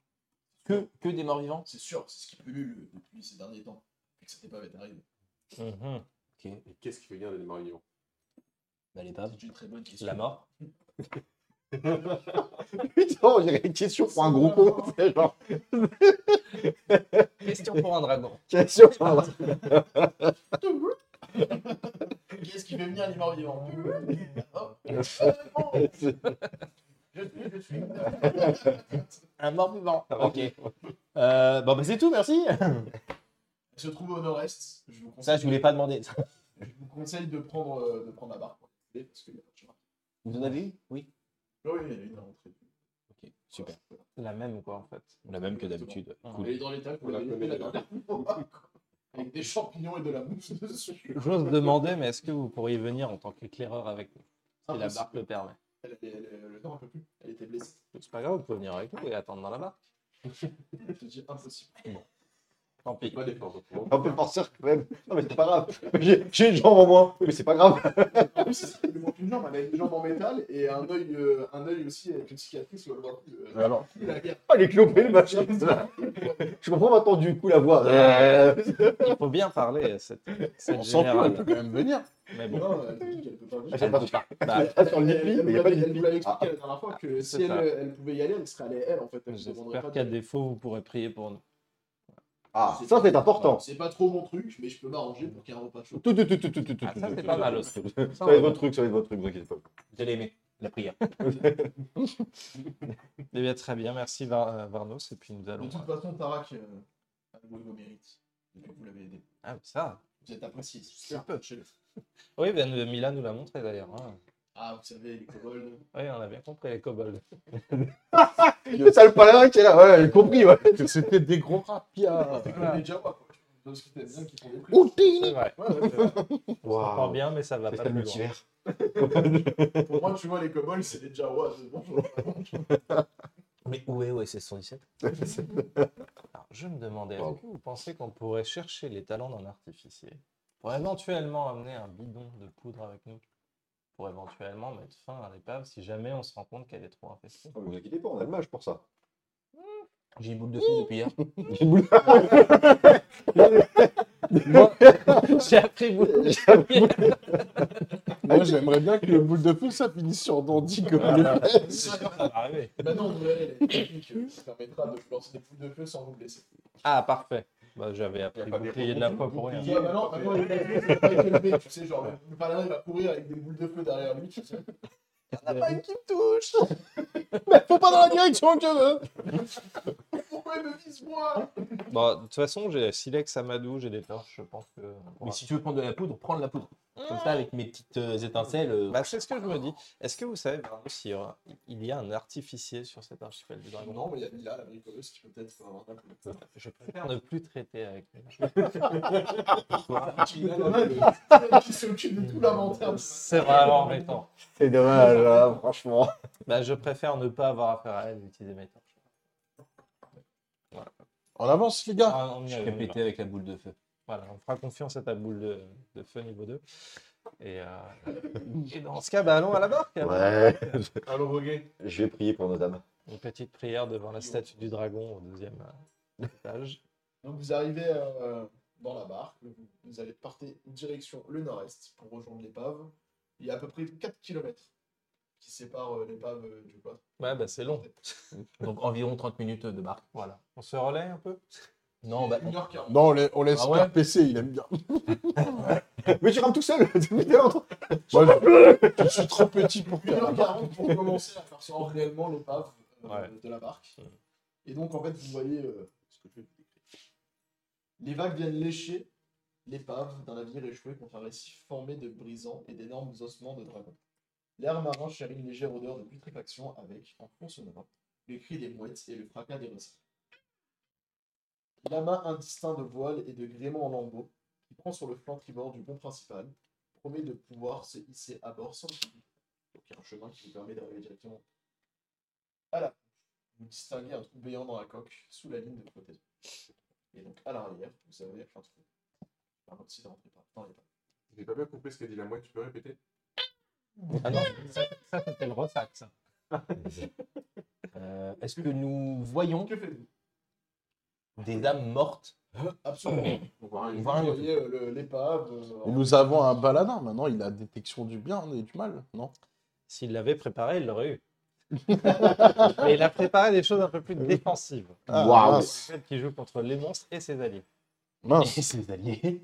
que, que des morts vivants
C'est sûr, c'est ce qui pullule depuis ces derniers temps. Et que cette épave est arrivée.
Mhm.
Ok,
Mais qu'est-ce qui fait bien des morts vivants
bah, l'épave.
C'est une très bonne question.
La mort.
Putain, j'ai une question pour un gros con. C'est genre,
Question pour un dragon.
question pour un
Qu'est-ce qui fait venir les morts vivants Hop. Je suis, je suis.
Un mort vivant. Ok. Euh, bon, bah, c'est tout, merci.
Elle se trouve au nord-est. Je vous
Ça,
conseille,
je voulais pas demander.
je vous conseille de prendre, euh, de prendre la barre. quoi. Parce que, tu vois,
Vous en avez eu Oui. Super.
La même, quoi, en fait.
La même que d'habitude. Cool.
Mhm.
Elle est dans l'état que vous
On la
l'avez fait
connaît,
la
là.
dernière fois. Avec des champignons et de la mousse dessus.
J'ose demander, mais est-ce que vous pourriez venir en tant qu'éclaireur avec nous Si la
Impossible.
barque le permet.
Elle, elle, elle, elle- non, un peu plus. Elle était blessée.
C'est pas grave, vous pouvez venir avec nous et attendre dans la barque.
Je te dis impossible.
Tant pis.
Pas d'effort. je crois.
Un peu forceur quand même. Non, mais c'est pas grave. J'ai j'ai une jambe en moins. Oui, mais c'est pas grave.
En plus, il lui manque une jambe. Elle a une jambe en métal et un œil, euh, un œil aussi avec une cicatrice sur le bras. Euh,
Alors,
la guerre.
Ah, les clopés, le machin. Je comprends maintenant du coup la voix. Euh,
Il faut bien parler à cette, cette
on sent plus, on
générale.
peut quand même venir.
Mais bon,
Non, elle dit qu'elle peut pas venir.
Elle ne peut pas.
bah,
Ah, sur le
Elle,
lit de lit,
elle,
mais il
nous
n'y a pas de Ah,
l'avait-
lit
elle
de
nous
lit.
l'avait expliqué la dernière fois que
c'est
si elle,
ça.
elle pouvait y aller, elle serait allée elle en fait. Elle nous demanderait
j'espère
pas
qu'à
de-
défaut, vous pourrez prier pour nous.
Ah, ça c'est important.
C'est pas trop mon truc, mais je peux m'arranger pour qu'il y ait un repas chaud.
Tout, tout, tout, tout, tout, tout, tout,
Ah, ça,
tout,
c'est
tout,
pas
tout.
mal aussi.
Ça va être votre truc, ça va être votre truc, vous inquiétez pas.
Vous allez aimer la prière.
Eh bien, très bien, merci Var- euh, Varnos. Et puis nous allons.
De toute façon, Tarak, euh, avouez vos mérites. Depuis que vous l'avez aidé.
Ah, ça
Vous êtes apprécié. Chez-
Oui, ben, euh, Mila nous l'a montré d'ailleurs. hein.
Ah, vous savez, les kobolds.
Oui, on a bien compris les kobolds.
Le sale paladin qui est là, ouais, j'ai compris. Ouais.
Que C'était des gros rats.
C'est comme les Jawa, quoi. Dans ce qui t'aime bien, qui font des prix.
C'est vrai.
Ouais, ouais, c'est vrai.
On s'entend bien, mais ça va
C'est
pas
ça
plus
le
loin.
multivers.
Pour moi, tu vois, les kobolds, c'est des Jawa. C'est bon.
Mais où est OSS 117
Alors, je me demandais, est-ce que vous pensez qu'on pourrait chercher les talents d'un artificier pour éventuellement amener un bidon de poudre avec nous Pour éventuellement mettre fin à l'épave si jamais on se rend compte qu'elle est trop infestée.
Ah, Vous inquiétez pas, on a le mage pour ça.
J'ai une boule de feu depuis hier.
J'ai une boule-
J'ai appris beaucoup.
Moi, j'aimerais bien que le boule de feu, ça finisse sur Dandy comme le-
C'est sûr, ça va arriver.
Maintenant, on verra les techniques euh, qui permettra de vous lancer des poules de feu sans vous blesser.
Ah, parfait. Bah, J'avais appris bouclier de la foi pour rien.
Tu vois, maintenant, maintenant, les boules de feu, c'est pas avec le tu sais, genre, le paladin, il va courir avec des boules de feu derrière lui, tu sais.
Faut pas dans la direction que je veux.
Pourquoi il me vise, moi
Bon, Bah, de toute façon, j'ai Silex, Amadou, j'ai des torches, je pense que.
Mais si tu veux prendre de la poudre, prends de la poudre. Comme ça, avec mes petites euh, étincelles. euh,
Bah, c'est ce que je me dis. Est-ce que vous savez, Varno, s'il y aura- il y a un artificier sur cet archipel du dragon
Non, mais il y a Mila, la bricoleuse, qui peut peut-être peut avoir un coup.
Je préfère ne plus traiter avec lui.
Mila, la bricoleuse, qui s'occupe de tout l'inventaire.
C'est vraiment embêtant.
C'est dommage, hein, franchement.
Bah, je préfère ne pas avoir affaire à elle et utiliser mes torches.
En avance, les gars.
Ah, on y
Je
arrive,
vais
on y va.
péter avec la boule de feu.
Voilà, on fera confiance à ta boule de, de feu niveau 2. Et, euh, et dans ce cas, bah, allons à la barque.
Ouais.
Alors, regarde.
Je vais prier pour nos dames.
Une petite prière devant la statue du dragon au deuxième euh, étage.
Donc vous arrivez euh, dans la barque, vous- vous allez partir direction le nord-est pour rejoindre l'épave. Il y a à peu près 4 km qui séparent euh, l'épave euh, du bas.
Ouais, bah, c'est long.
Donc environ 30 minutes de barque.
Voilà. On se relaie un peu
Non, bah,
1h40.
Non, on, la- on laisse
Ah ouais
faire PC, il aime bien.
Mais tu rames tout seul, tu mets l'autre.
Moi, je, je suis trop petit pour faire.
1h40 pour commencer à faire sortir réellement l'épave euh,
Ouais.
de la barque. Et donc en fait vous voyez euh, ce que je vais vous décrire. Les vagues viennent lécher l'épave d'un navire échoué contre un récif formé de brisants et d'énormes ossements de dragons. L'air marin chérit une légère odeur de putréfaction avec, en fond sonore, les cris des mouettes et le fracas des ressorts. L'amas indistinct de voiles et de gréements en lambeaux, qui prend sur le flanc tribord du pont principal, promet de pouvoir se hisser à bord sans difficulté. Donc il y a un chemin qui vous permet d'arriver directement à la Vous distinguez un trou béant dans la coque, sous la ligne de flottaison. Et donc à l'arrière, vous avez un trou. Par contre, si de rentrer par dans les pas.
J'ai pas bien compris ce qu'a dit la mouette, tu peux répéter
Ah non, ça, ça, c'était le ressac, ça.
euh, est-ce que nous voyons
Que faites-vous
des âmes mortes
Absolument.
On voit
Vous
rien.
voyez euh, le- l'épave. euh,
Et nous avons un baladin maintenant, il a détection du bien et du mal, non
S'il l'avait préparé, il l'aurait eu. Mais il a préparé des choses un peu plus défensives.
Ah,
Waouh.
mince,
Qui joue contre les monstres et ses alliés.
mince.
Ces alliés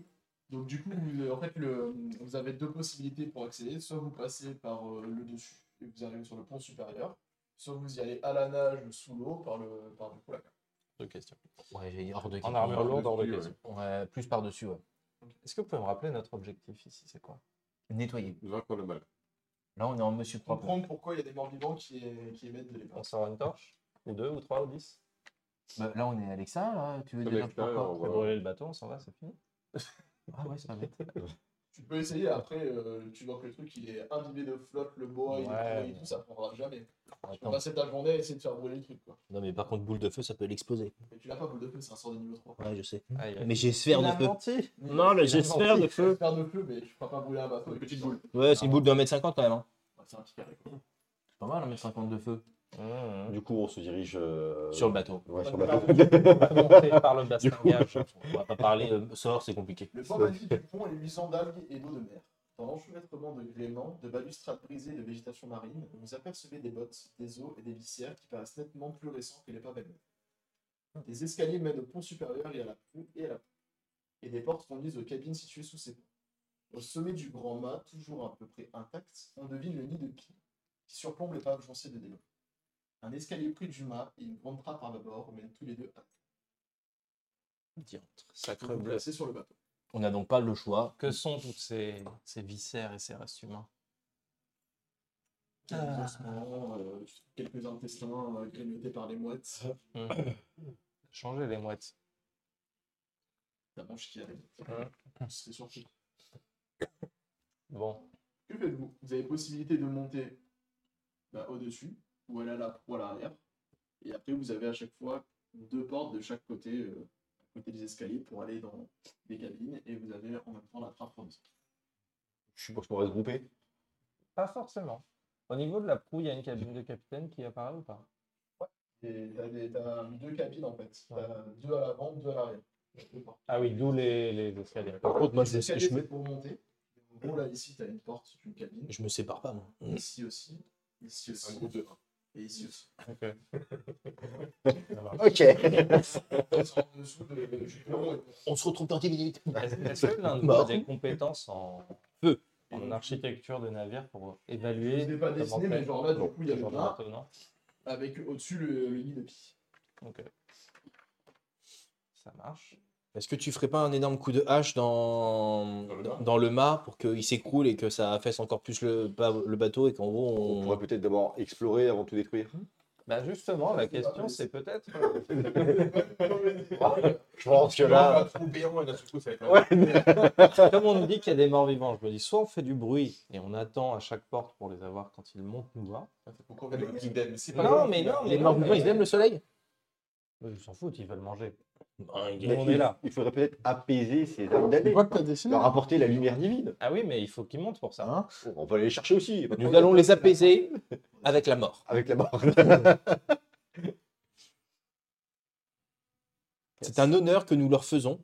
Donc du coup, vous, euh, en fait, le, vous avez deux possibilités pour accéder. Soit vous passez par euh, le dessus et vous arrivez sur le pont supérieur. Soit vous y allez à la nage sous l'eau par le par du coup la
Deux questions.
Ouais, j'ai hors de
En
question.
armure lourde, hors de
dessus,
question.
Ouais, plus par-dessus, ouais.
Est-ce que vous pouvez me rappeler notre objectif ici C'est quoi
Nettoyer.
Vaincre le mal.
Là, on est en Monsieur Propre.
comprendre pourquoi il y a des morts vivants qui, qui émettent de
On
l'épave.
sort une torche Ou deux, ou trois, ou dix
Bah, là, on est Alexa, là. Tu veux
Ah,
dire
bah, extérieur,
pourquoi
on
On
va-
fait brûler le bateau, on s'en va, c'est fini.
Ah ouais, ça va vite.
Tu peux essayer, après, euh, tu vois que le truc, il est imbibé de flotte, le bois, il est
Ouais.
pourri et tout, ça prendra jamais. Tu peux
Attends.
passer ta journée à essayer de faire brûler le truc, quoi.
Non, mais par contre, boule de feu, ça peut l'exploser.
Mais tu l'as pas, boule de feu, c'est un sort de niveau 3.
Ouais, je sais.
Aïe, aïe.
Mais j'ai sphère
Il a
de feu.
menti.
Non, mais j'ai
Il a
sphère de
menti.
Tu peux
feu.
faire de feu, mais tu feras pas brûler un bateau. Une petite boule.
Ouais, c'est une boule de 1m50 quand même. hein.
Ouais, c'est un petit carré, quoi.
C'est pas mal, 1m50 de feu.
Mmh.
Du coup, on se dirige. euh,
Sur le bateau.
ouais, sur
Pas
le
de
bateau.
Monté par le bastingage.
On va pas parler euh, sort, c'est compliqué.
Le port magnifique du pont est luisant d'algues et d'eau de mer. Dans l'enchevêtrement de gréements, de balustrades brisées et de végétation marine, vous apercevez des bottes, des eaux et des vissières qui paraissent nettement plus récents que les pavés. Des escaliers mènent au pont supérieur et à la proue et à la proue, et des portes conduisent aux cabines situées sous ces ponts. Au sommet du grand mât, toujours à peu près intact, on devine le nid de quille qui surplombe le pavillon joncé de Délo. Un escalier pris du mât et une grande trappe à bâbord mènent tous les deux à
Sacre
vous
bleu.
placer sur le bateau.
On n'a donc pas le choix.
Que sont tous ces, ces viscères et ces restes humains
Des
Ah.
ossements, euh, quelques intestins euh, grignotés par les mouettes.
Changer les mouettes.
La manche qui arrive.
Ah.
C'est surpris.
Bon,
Que faites-vous Vous avez possibilité de monter bah, au-dessus ou aller à la proue à l'arrière. Et après, vous avez à chaque fois deux portes de chaque côté, euh, à côté des escaliers pour aller dans des cabines. Et vous avez en même temps la trappe pour descendre.
Je suppose qu'on va se grouper.
pas forcément. Au niveau de la proue, il y a une cabine de capitaine qui apparaît ou pas
Et t'as des- t'as deux cabines en fait. T'as deux à l'avant, deux à l'arrière. Deux portes.
Ah oui, d'où les, les escaliers.
Par contre, moi,
Les
c'est
escaliers,
je me-
c'est pour monter. En gros, là, ici, t'as une porte, une cabine.
Je me sépare pas, moi.
Ici aussi. Ici aussi. Et ici aussi.
Ok.
C'est en dessous de- du bureau et-
On se retrouve dans 10 minutes.
Est-ce est-ce que l'un de vous a des compétences en, en architecture de navire pour
Je
évaluer
ne l'ai pas
notamment
dessiné, mais
le-
genre là, du coup, il y a
le
le
genre de
bras
bateau, non
avec au-dessus le, le nid de pie.
Ok. Ça marche.
Est-ce que tu ferais pas un énorme coup de hache dans,
Dans le
dans,
mât.
dans le mât pour qu'il s'écroule et que ça affaisse encore plus le, ba- le bateau et qu'en gros
On
on.
pourrait peut-être d'abord explorer avant de tout détruire.
Bah justement, la
c'est pas
question
possible.
c'est peut-être
Ah, Je pense que
Là, on va trop béant et d'un seul coup, ça va être la-
euh, Comme on nous dit qu'il y a des morts vivants, je me dis soit on fait du bruit et on attend à chaque porte pour les avoir quand ils montent nous hein. voir.
C'est pourquoi on est avec Kingdom, c'est pas
Non,
grave.
mais non, mais
Les
non,
morts
mais-
vivants, ils aiment le soleil
Eux, Ils s'en foutent, ils veulent manger.
Mais
on
il-
est là.
Il faudrait peut-être apaiser ces âmes damnées,
Quoi que t'as dessiné
leur apporter la lumière divine.
Ah oui, mais il faut qu'ils montent pour ça.
Hein
Oh, On va aller les chercher aussi. pas de
Nous
problème.
allons les apaiser avec la mort.
Avec la mort.
C'est un honneur que nous leur faisons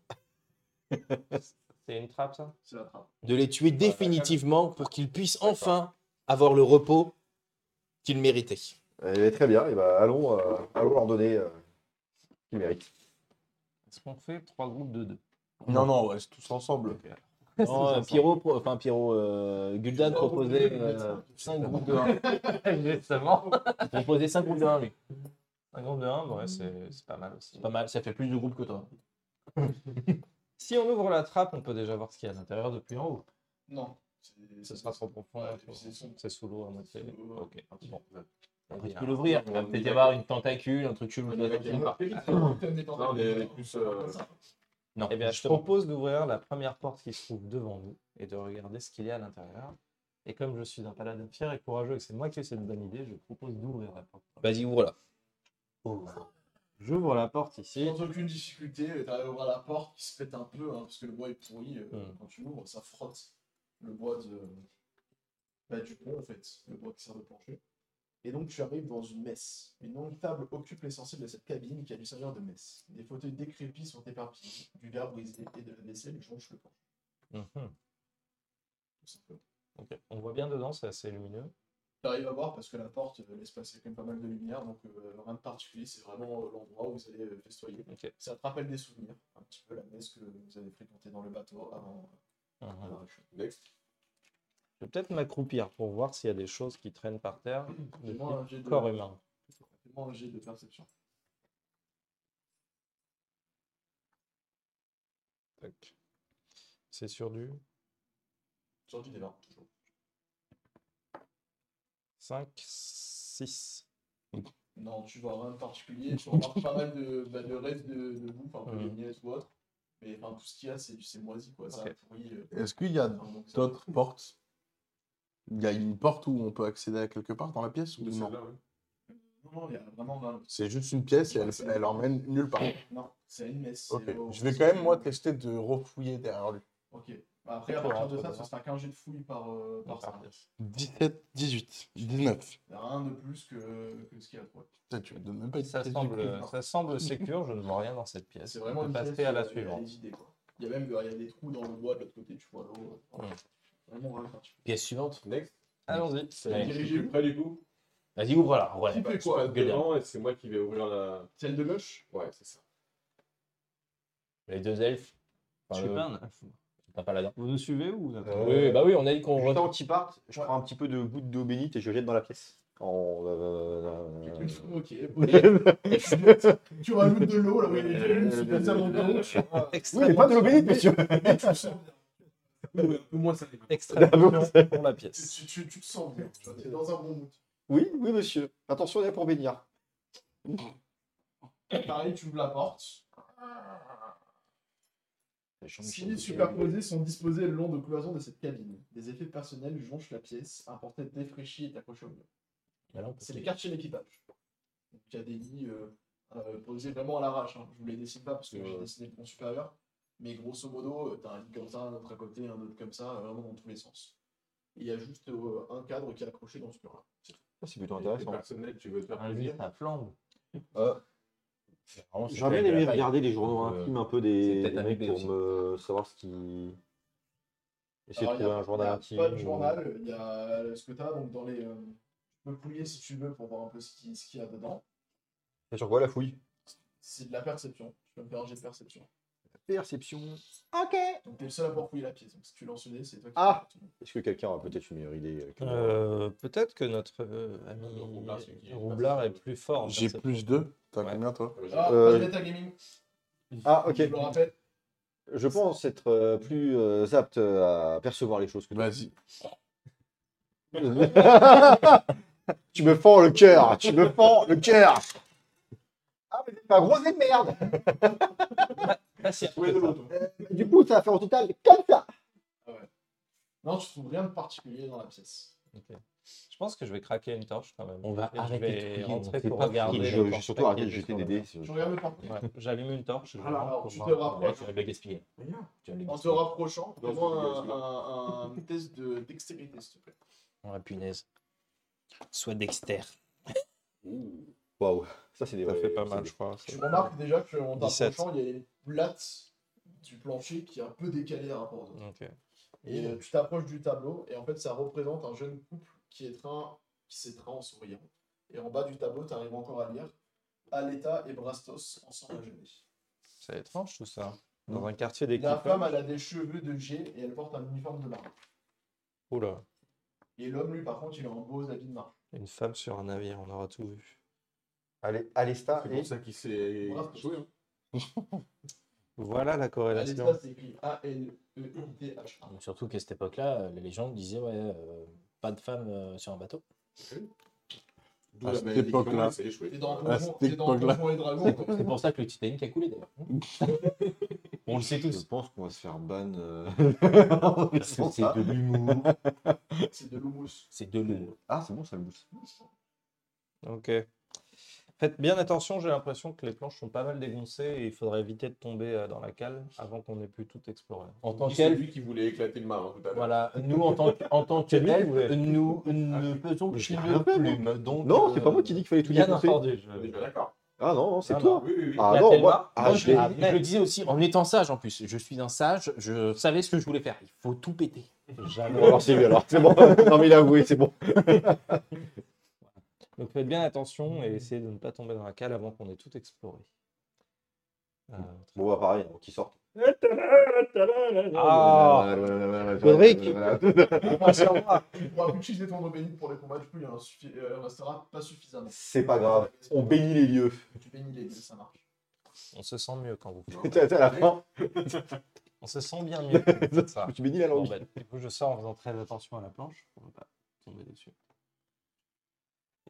C'est une trappe ça
C'est la trappe.
de les tuer définitivement pour qu'ils puissent enfin avoir le repos qu'ils méritaient.
Eh, très bien, eh ben, allons, euh, allons leur donner euh, ce qu'ils méritent.
Est-ce qu'on fait trois groupes de deux
Non, non, ouais, c'est tous ensemble.
Oh,
Non, euh, Pierrot, pro- enfin Pierrot, euh, Guldan
Oh,
proposait euh,
Guldan,
5 groupes de 1.
Justement.
Il proposait 5 groupes de 1, lui.
Un groupe de un, ouais, c'est c'est pas mal aussi.
Mmh. C'est pas mal, ça fait plus de groupes que toi.
Si on ouvre la trappe, on peut déjà voir ce qu'il y a à l'intérieur depuis en haut.
Non. C'est-
Ce sera trop profond.
Ouais,
hein,
puis c'est sombre.
c'est sous l'eau à moitié.
C'est euh, sous l'eau, ouais.
Ok. Bon. Eh
Après, tu peux l'ouvrir. Il va peut-être y avoir une tentacule, un truc chum.
On est avec un parc.
Là, on est plus. euh,
Non,
Eh bien, je
justement.
propose d'ouvrir la première porte qui se trouve devant nous et de regarder ce qu'il y a à l'intérieur. Et comme je suis un paladin fier et courageux et que c'est moi qui ai cette bonne idée, je propose d'ouvrir la porte.
Vas-y, ouvre-la.
J'ouvre la porte ici.
Sans aucune difficulté, euh, t'arrives à ouvrir la porte qui se pète un peu, hein, parce que le bois est pourri. euh,
Hmm.
Quand tu l'ouvres, ça frotte le bois de... bah, du pont, en fait, le bois qui sert de plancher. Et donc, tu arrives dans une messe. Une longue table occupe l'essentiel de cette cabine qui a dû servir de messe. Des fauteuils décrépits sont éparpillés, du verre brisé et de la vaisselle jonche le plancher,
Mhm.
tout simplement.
Ok. On voit bien dedans, c'est assez lumineux.
T'arrives à voir parce que la porte euh, laisse passer quand même pas mal de lumière, donc euh, rien de particulier, c'est vraiment euh, l'endroit où vous allez euh, festoyer.
Ok.
Ça te rappelle des souvenirs, un petit peu la messe que vous avez fréquentée dans le bateau avant
Mhm.
euh, la rechute.
Je vais peut-être m'accroupir pour voir s'il y a des choses qui traînent par terre.
Fais-moi un jet
euh,
de-
Corps humain.
fais-moi un jet de perception.
Tac. C'est sur du
Sur du débat, toujours.
5, 6.
Non, tu vois rien de particulier. Tu remarques pas mal de, bah, de restes de, de bouffe, un peu de
Mhm.
miettes ou autre. Mais enfin, tout ce qu'il y a, c'est c'est moisi, quoi. Ça a
Ok.
pourri. euh,
Est-ce qu'il y a
enfin, donc ça-
d'autres portes Il y a une porte où on peut accéder à quelque part dans la pièce ou
De
non
celle-là, ouais.
Non, non, il y a vraiment 20 autres.
C'est juste une pièce et elle, elle emmène nulle part.
Non, c'est une messe.
Ok.
c'est au-
Je vais quand même, moi, tester de refouiller derrière lui.
Ok. Bah, après, à
Faudra
partir de ça,
attendre.
ce sera qu'un jet de fouille par, euh, par
Par
ça.
17, 18, 19.
Il y a Rien de plus que, que ce qu'il y a, quoi.
Putain, tu me donnes même pas une
Ça
pièce de
semble, euh,
cuivre.
ça semble sécure, je ne vois rien dans cette pièce.
C'est vraiment
On
une
peut
pièce,
passer à la
euh, il y a
suivante.
des idées, quoi. Il y a même euh, il y a des trous dans le bois de l'autre côté, tu vois l'eau. euh,
Ouais.
Vraiment rien de particulier.
Pièce suivante.
Next.
Allons-y.
Ouais.
Je suis
Dirigez-vous.
prêt du coup.
Vas-y, ouvre là. Ouais.
Qui fait
Je
quoi
passe devant et c'est moi qui vais ouvrir la.
Celle de gauche
Ouais, c'est ça.
Les deux elfes.
Je
Enfin,
suis
le-
pas un elfe.
T'as pas la dent.
Vous nous suivez ou vous attendez
Oui, bah oui, on a dit qu'on
Juste
re-
avant qu'ils partent, je prends un petit peu de goutte d'eau bénite et je jette dans la pièce. En... euh,
Ok, tu rajoutes de l'eau là où il y a des tu passes ça dans le dos.
Oui, mais pas de l'eau bénite, monsieur.
Un peu moins ça.
Extrêmement bon pour la
Tu,
pièce.
tu- tu- tu te sens bien, tu vois, t'es dans un bon mood.
Oui, oui, monsieur. Attention, il y a pour bénir.
Pareil, tu ouvres la porte.
La chambre
Six
qui est-
lits superposés sont disposés le long de cloisons de cette cabine. Des effets personnels jonchent la pièce, un portrait défraîchi est accroché au mur.
Bah là, on peut-
C'est les cartes chez l'équipage. Donc il y a des lits euh, euh, posés vraiment à l'arrache. hein. Je vous les dessine pas parce que j'ai
Ouais.
dessiné le plan supérieur. Mais grosso modo, euh, t'as un lit comme ça, un autre à côté, un autre comme ça, euh, vraiment dans tous les sens. Et Il y a juste euh, un cadre qui est accroché dans ce hein. mur-là.
C'est plutôt
C'est
intéressant.
personnel, tu veux te faire
Un livre,
plaisir.
ça flambe.
Euh,
C'est vraiment super
J'aurais bien
de la
aimé
paille.
regarder les journaux
Euh,
intimes un peu
c'est
des,
peut-être
des
un
mecs
bébé
pour
aussi.
me savoir ce qui.
Alors, il
Essayer de
y a-
trouver un journal
Il
intime.
n'y a pas de
ou-
journal, il y a ce que tu as donc dans les. euh, tu peux fouiller si tu veux pour voir un peu ce qui- ce qu'il y a dedans.
C'est sur quoi la fouille
C'est de la perception. Tu peux me faire un jet de perception.
Perception.
Donc t'es le seul à pouvoir fouiller la pièce. Donc si tu lances le dé, c'est toi qui.
Ah Est-ce que quelqu'un a peut-être une meilleure idée que moi
Euh, Peut-être que notre euh, ami
Roublard, c'est qui est
Roublard est
passé.
plus fort. en
J'ai
perception.
plus 2. T'as
Ouais.
combien, toi
Ah,
Euh,
pas de bêta gaming.
Ah, ok.
Je le rappelle.
Je pense être euh, plus euh, apte à percevoir les choses que toi.
Vas-y.
tu me fends le cœur Tu me fends le cœur Ah, mais c'est un gros nez de merde
Ah, si,
Tous les deux, l'autre.
Du coup, ça va faire au total comme ça
Non, tu trouves rien de particulier dans la pièce.
Je pense que je vais craquer une torche quand même.
On va
Et
arrêter
je
de
vais
fouiller, on
rentrer
sait
pour
pas
regarder. le
fouiller.
Je- J'ai
portrait
surtout
qui
arrêté de
était
jeter
sur
des
le-
dés.
Tu regardes le parcours.
Ouais, J'allume une torche. je
Alors,
rentre
alors,
pour
Ah tu
voir.
te rapproches.
Ouais, tu vas le gaspiller. Tu vas le
En te
gaspiller.
rapprochant, fais-moi un, un- un test de dextérité, s'il te plaît.
Ouais, punaise. Sois dexter.
Waouh, ça c'est des.
Ça fait pas
c'est
mal,
des-
je crois.
Tu remarques déjà qu'en
17.
t'approchant, il y a une plate du plancher qui est un peu décalée par rapport aux autres.
Ok.
Et euh, tu t'approches du tableau, et en fait, ça représente un jeune couple qui étreint, qui s'étreint en souriant. Et en bas du tableau, tu arrives encore à lire Aleta et Brastos ensemble à jeûner.
C'est étrange tout ça. Dans un quartier
La femme,
d'équipage.
elle a des cheveux de jet et elle porte un uniforme de marque.
Oula,
Et l'homme, lui, par contre, il est en beaux habits de marque.
une femme sur un navire, on aura tout vu.
Allez, Alesta
C'est
et.
pour ça qu'il s'est
Bravo.
joué. hein.
Voilà la corrélation.
Aleta, c'est écrit E A-L-E-I-T-H-A.
Donc, Surtout qu'à cette époque-là, euh, les légendes disaient ouais, euh, pas de femme euh, sur un bateau.
D'où
À
la
cette
malédiction,
hein.
époque-là.
il s'est échoué.
T'es dans
Ah,
Donjons
c'était
t'es dans
pas grave.
Donjons et Dragons. quoi.
C'est pour ça que le Titanic a coulé d'ailleurs. On le sait
Je
tous.
pense qu'on va se faire ban. euh,
Parce que C'est de l'humour.
C'est de l'hummus.
C'est de l'humour.
Ah, c'est bon, ça le booste.
Ok. Faites bien attention, j'ai l'impression que les planches sont pas mal dégoncées et il faudrait éviter de tomber euh, dans la cale avant qu'on ait pu tout explorer.
En tant
C'est
qu'elfe,
lui qui voulait éclater le
hein,
marin tout à l'heure.
voilà, nous en tant que, en tant que
C'est lui qui
elfe,
voulait.
nous ne faisons
Mais j'ai
qu'une
rien fait, moi.
plume. Donc,
Non, c'est
euh,
pas moi qui dis qu'il fallait tout
Bien
défoncer.
entendu.
On est
je-
déjà d'accord.
Ah non, non, c'est
Non,
toi.
non.
Oui, oui, oui.
Ah
La
non,
Telma,
moi, ah,
moi,
je
je,
l'ai-
je le disais aussi en étant sage en plus. Je suis un sage, je savais ce que je voulais faire. Il faut tout péter.
Jamais.
Bon, alors c'est lui, alors. C'est bon. non, mais il a avoué, c'est bon.
Donc faites bien attention et essayez de ne pas tomber dans la cale avant qu'on ait tout exploré. Euh,
Bon, bah pareil, qui sortent.
Ah Rodrigue.
Tu pourras plus utiliser ton eau bénite pour les combats, du coup, il en suffi- euh, restera pas suffisamment.
C'est pas grave, on bénit les lieux.
Tu bénis les deux, ça marche.
On se sent mieux quand vous.
Tu sais, à la fin,
On se sent bien mieux. quand vous faites ça.
Ah, tu bénis la
Bon,
langue.
bah, du coup, je sors en faisant très attention à la planche pour ne pas tomber dessus.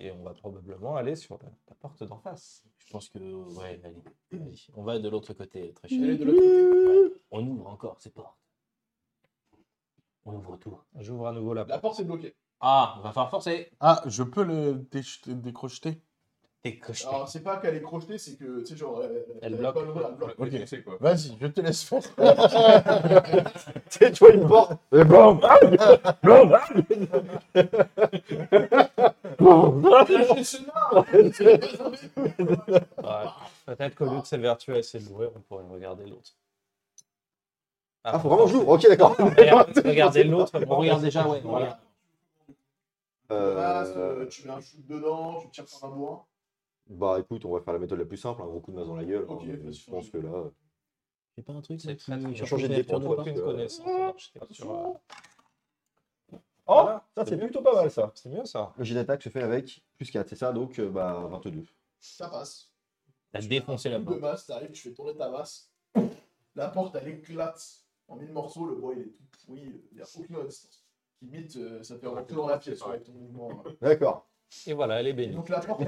Et on va probablement aller sur la, la porte d'en face.
Je pense que, ouais, allez, allez. on va de l'autre côté, très cher.
Allez, de l'autre côté.
Ouais. On ouvre encore ces portes. On ouvre tout.
J'ouvre à nouveau la
La
porte.
porte est bloquée.
Ah, va falloir forcer.
Ah, je peux le déch- décrocheter
T'es coché.
Alors, c'est pas qu'elle est crochetée, c'est que, tu sais, genre. Elle,
Elle
elle
bloque.
pas le droit, elle bloque.
Ok.
C'est quoi
Vas-y, je te laisse faire.
Tu vois une porte. Et boum ah, boum, ah. Boum, ah.
Lâchez ce nain
Ouais. Bah, Peut-être qu'au lieu de cette vertu à essayer de l'ouvrir, on pourrait regarder l'autre.
Ah, faut vraiment Ah, que j'ouvre. Ok, d'accord.
Regardez l'autre.
On regarde déjà, ouais. on
Voilà.
regarde.
Passe,
Euh,
euh, tu mets un shoot dedans, tu tires sur un bois.
Bah écoute, on va faire la méthode la plus simple, un gros coup de masse dans la gueule.
Ok,
hein.
vas-y,
je pense que là. euh,
J'ai pas un truc,
C'est
c'est
très bien.
J'ai changé de dé pour toi,
Aucune
parce que-
connaissance en architecture.
Oh, ça c'est plutôt pas mal ça.
C'est mieux ça.
Le jet d'attaque se fait avec plus 4, c'est ça donc euh, bah 22.
Ça passe.
T'as défoncé la
Coup de
porte.
masse, t'arrives, tu fais tourner ta masse. La porte, elle éclate en mille morceaux. Le bois, il est tout pourri. euh, Il n'y a aucune résistance. Limite, euh, ça fait rentrer dans la pièce avec ton mouvement. hein. là.
D'accord.
Et voilà, elle est
Et
bénie.
donc la porte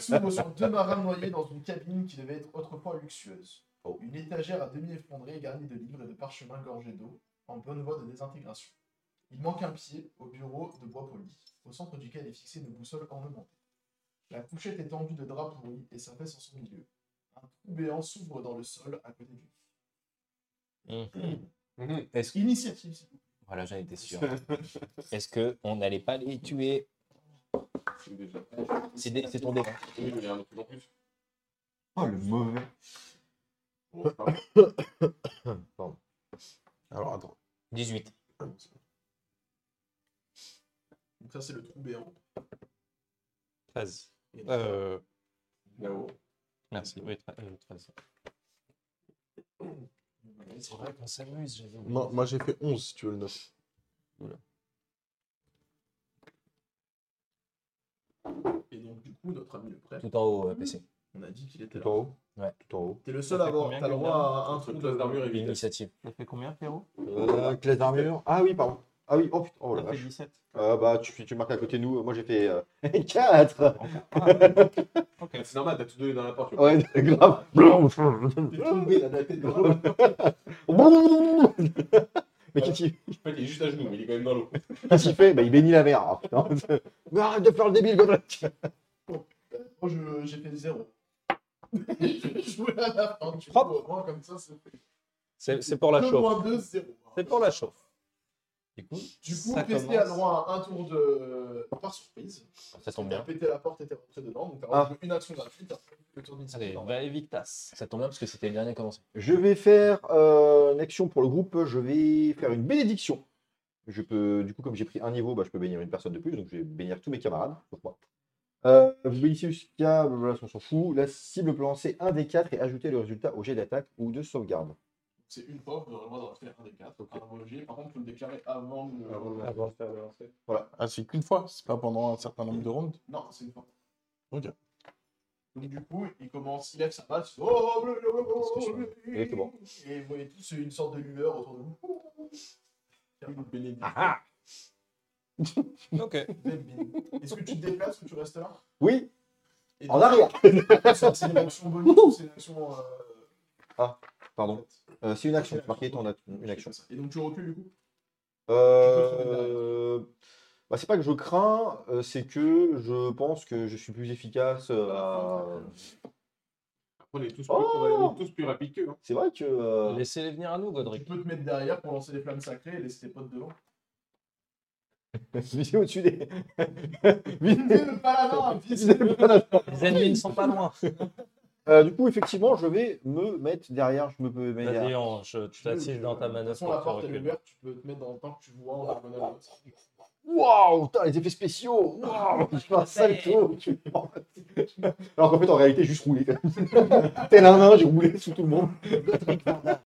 s'ouvre sur deux marins noyés dans une cabine qui devait être autrefois luxueuse. Oh, Une étagère à demi effondrée garnie de livres et de parchemins gorgés d'eau, en bonne voie de désintégration. Il manque un pied au bureau de bois poli, au centre duquel est fixée une boussole ornementée. La couchette est tendue de draps pourris et s'affaisse en son milieu. Un trou béant s'ouvre dans le sol à côté du lit.
Est-ce
Initiative, s'il vous
Voilà, j'en étais sûr. Est-ce que on n'allait pas les tuer
Déjà.
C'est dé- c'est ton dé.
Oui, mais il y a un autre truc en plus.
Oh le mauvais.
Bon, ça va.
Alors, attends.
18.
plaît. Donc ça, c'est le trou béant.
Treize. Euh,
Là-haut.
merci. Oui, tre- euh, treize.
C'est vrai qu'on s'amuse, j'avais oublié.
Non, moi j'ai fait 11 si tu veux le 9.
Et donc, du coup, notre ami le prêtre,
Tout en haut, euh, PC.
on a dit qu'il était
Tout
là.
en haut.
Ouais.
Tout en haut.
T'es le seul à avoir,
combien
t'as le
que
droit à un truc
Classe d'armure et vitesse.
L'initiative.
Ça fait combien, Pierrot
Euh, classe d'armure. Ah oui, pardon. Ah oui, oh putain, oh la
Ça fait
vache.
17.
Euh, bah tu, tu marques à côté de nous, moi j'ai fait euh, 4
Ah, C'est normal, t'as tout donné dans la porte. tu vois.
Ouais, grave.
T'es tombé, la tête dans l'eau.
Mais qu'est-ce qu'il
En fait, il est juste à genoux, mais il est quand même dans l'eau.
qu'est-ce qu'il fait Bah il bénit la mer. ah, putain. Mais arrête de faire le débile comme
Moi, je- j'ai fait zéro. J'ai joué à la fin. Tu
Propre.
vois, moi, comme ça, c'est
C'est c'est pour la
2
chauffe.
moins 2, 0.
C'est pour la chauffe. Du coup,
Du coup,
ça
PC a
commence.
droit à un tour de... par surprise.
Ça tombe
T'as
bien.
pété la porte et t'es rentré dedans. Donc, t'as
Ah.
rejoué une action gratuite. T'as fait le tour
Allez,
d'initiative.
on va à Bah, Evictas.
Ça tombe bien parce que c'était le dernier commencé.
Je vais faire euh, une action pour le groupe. Je vais faire une bénédiction. Je peux, du coup, comme j'ai pris un niveau, bah, je peux bénir une personne de plus, donc je vais bénir tous mes camarades, sauf moi. Euh, vous bénissez jusqu'à, blablabla, on s'en fout. La cible peut lancer un des quatre et ajouter le résultat au jet d'attaque ou de sauvegarde.
C'est une fois, vous aurez le droit d'en faire un des quatre. Un rejet. Par contre, vous le déclarez avant le.
Ah, c'est qu'une fois, c'est pas pendant un certain nombre de
Mm.
rondes.
Non, c'est une fois.
Ok.
Donc, du coup, il commence, il lève sa masse. Oh, bleu, bleu, bleu,
Qu'est-ce que
bleu, bleu.
Exactement.
Et vous voyez tous une sorte de lueur autour de vous.
Ah.
Ok.
Est-ce que tu te déplaces ou tu restes là
Oui,
Et
en
donc,
arrière.
C'est c'est une action bonus ou c'est une action. euh,
Pardon. Euh, c'est une action. Marquez ton action. Une action.
Et donc tu recules du coup
Euh, bah, c'est pas que je crains, euh, c'est que je pense que je suis plus efficace. euh, à-
Bah,
Après, on est tous plus,
Oh
on est tous plus rapides qu'eux. hein.
C'est vrai que. euh,
Laissez-les venir à nous,
Tu
Godric.
peux te mettre derrière pour lancer des flammes sacrées et laisser tes potes devant.
Visez au-dessus des. Visez-
le paladin
visez le paladin.
Les ennemis ne sont pas loin.
Euh, du coup, effectivement, je vais me mettre derrière. Je me peux mettre
Vas-y, hein.
derrière.
on, je, tu t'assises dans ta manœuvre.
De toute façon, la
pour
porte
te
elle est
reculer.
ouverte, tu peux te mettre dans le temps que tu vois
Ah,
en diagonale.
Waouh, putain, les effets spéciaux. Waouh, je fais un salto. tu vois. Alors qu'en fait, en réalité, juste rouler. Tel un nain, j'ai roulé sous tout le monde.